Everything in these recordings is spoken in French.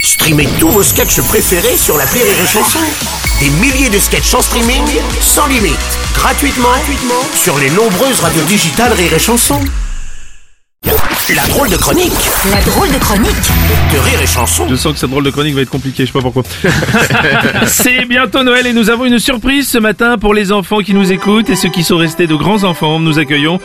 Streamez tous vos sketchs préférés sur la Rire et Chanson. Des milliers de sketchs en streaming, sans limite, gratuitement, gratuitement sur les nombreuses radios digitales Rire et Chanson. La drôle de chronique La drôle de chronique de Rire et Chanson. Je sens que cette drôle de chronique va être compliquée, je sais pas pourquoi. C'est bientôt Noël et nous avons une surprise ce matin pour les enfants qui nous écoutent et ceux qui sont restés de grands enfants. Nous accueillons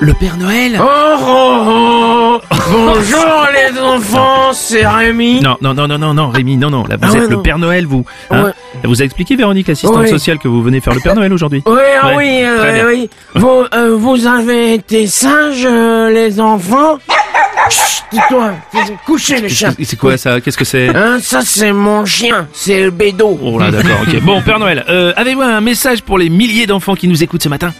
le Père Noël. Oh, oh, oh. Bonjour les enfants, c'est Rémi. Non, non, non, non, non, non, Rémi, non, non. Là, vous Ah êtes ouais, le non. Ah Père Noël, vous. hein. Ouais. Elle vous a expliqué, Véronique, l'assistante Ouais. sociale, que vous venez faire le Père Noël aujourd'hui. Oui, ah Ouais, oui, euh, très bien. oui. Vous, euh, vous avez été sages, euh, les enfants. Chut, dis-toi, fais- couchez le chat. C'est quoi ça Qu'est-ce que c'est Hein, ça c'est mon chien, c'est le bédo. Oh là, d'accord, ok. Bon, Père Noël, euh, avez-vous un message pour les milliers d'enfants qui nous écoutent ce matin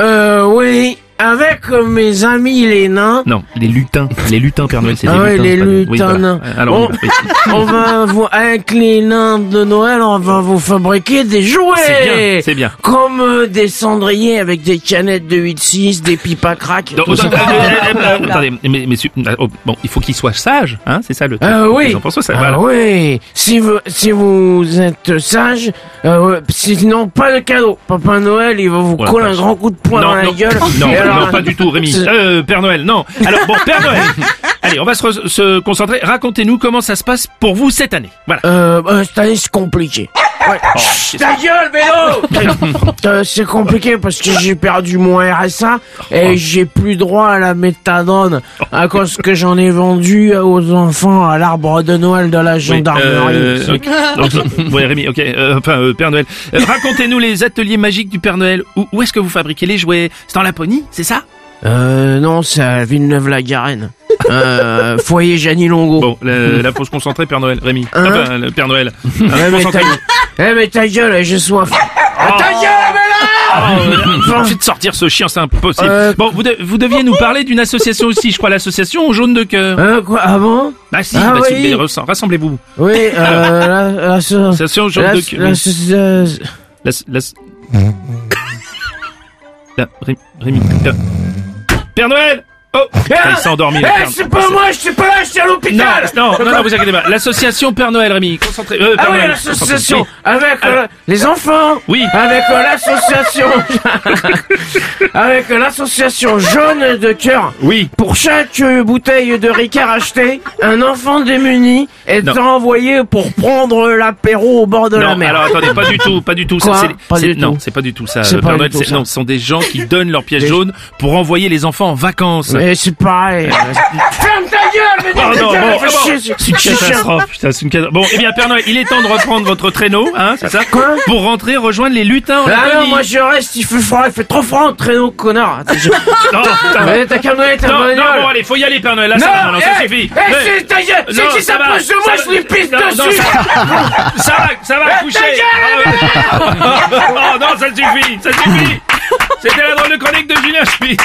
Euh, oui, avec euh, mes amis les nains, Non, les lutins. Les lutins, Père Noël, c'est Ah des ouais, lutins. les c'est pas des- oui, lutins, voilà. non. Alors, on y Oh. va, oui. on va vous, avec les nains de Noël, on va vous fabriquer des jouets. C'est bien, c'est bien. Comme euh, des cendriers avec des canettes de 8-6, des pipes à crack. Non, tout ça. attendez, euh, euh, euh, attendez, mais, mais su- oh, bon, il faut qu'il soit sage, hein, c'est ça le truc. Ah oui. Les enfants soient sages, Ah voilà. oui. Si vous si vous êtes sage, euh, ouais, sinon pas de cadeau. Papa Noël, il va vous Oh la coller un vache. grand coup de poing non, dans la non, gueule. non, Et alors, non, pas du tout, Rémi. c'est- Euh, Père Noël, non. Alors bon, Père Noël. Allez, on va se, re- se concentrer. Racontez-nous comment ça se passe pour vous cette année. Voilà. Euh, euh, cette année, c'est compliqué. Ouais. Oh, Chut, ta gueule, vélo Euh, C'est compliqué parce que j'ai perdu mon RSA Oh. et j'ai plus droit à la méthadone à cause que j'en ai vendu aux enfants à l'arbre de Noël de la Oui, gendarmerie. euh, ok. Donc, ouais, Rémi, ok. euh, enfin, euh, Père Noël. Euh, Racontez-nous les ateliers magiques du Père Noël. Où, où est-ce que vous fabriquez les jouets C'est en Laponie, c'est ça Euh, non, c'est à Villeneuve-la-Garenne. Euh, foyer Janie Longo. Bon, là, là, faut se concentrer, Père Noël. Rémi. Hein Enfin, le Père Noël. eh, mais ta... Concentrez-vous. eh, mais ta gueule, j'ai soif. Ah, ta gueule, mais là Oh, J'ai envie de sortir ce chien, c'est impossible. Euh, Bon, vous, de- vous deviez nous parler d'une association aussi, je crois, l'association au jaune de cœur. Hein, quoi Ah bon Ah si, ah bah, si, oui. mais ressent- rassemblez-vous. Oui, euh, là, là, ça- L'association au jaune là, de ça- cœur. là, ça- euh, La- la- La- Ré- Rémi. La- Père Noël Oh putain, Il s'est endormi. Eh, là, Père- c'est pas moi, je suis pas là, je suis à non, l'hôpital non, non, non, vous inquiétez pas. L'association Père Noël, Rémi, concentrez. euh, Père Ah oui, Noël, l'association concentrez- avec euh, les enfants Oui. Avec euh, l'association Avec euh, l'association jaune de cœur Oui. Pour chaque euh, bouteille de Ricard achetée, un enfant démuni est Non. envoyé pour prendre l'apéro au bord de non, la mer. alors attendez, pas du tout, pas du tout. ça, Quoi c'est- Pas c'est- du non, tout. c'est pas du tout ça. C'est euh, pas Père du Noël, tout c'est- ça. non, ce sont des gens qui donnent leurs pièces Des- jaunes pour envoyer les enfants en vacances. Mais c'est pareil. Ferme ta gueule, mais Oh dis- non, dis- bon, fais ah bon, chier, c'est une je suis chiant. catastrophe, putain, c'est une catastrophe. Bon, eh bien, Père Noël, il est temps de reprendre votre traîneau, hein, c'est ça Quoi Pour rentrer rejoindre les lutins en Ah non, Laponie. moi je reste, il fait froid, il fait trop froid en traîneau, connard. Attends, je- Non, Oh, putain. Ouais, T'as qu'à me donner ta Non, bagnole. non, bon, allez, faut y aller, Père Noël, là, Non, ça, va, non, ça eh, suffit. eh, Ouais. c'est ta gueule, Non, c'est qui ça va, s'approche de moi, ça je va. lui pisse Non, non, dessus. ça va. Ça va, Ah, ça va, coucher. Oh non, ça suffit, ça suffit. C'était la drôle de chronique de Julien Schmitt.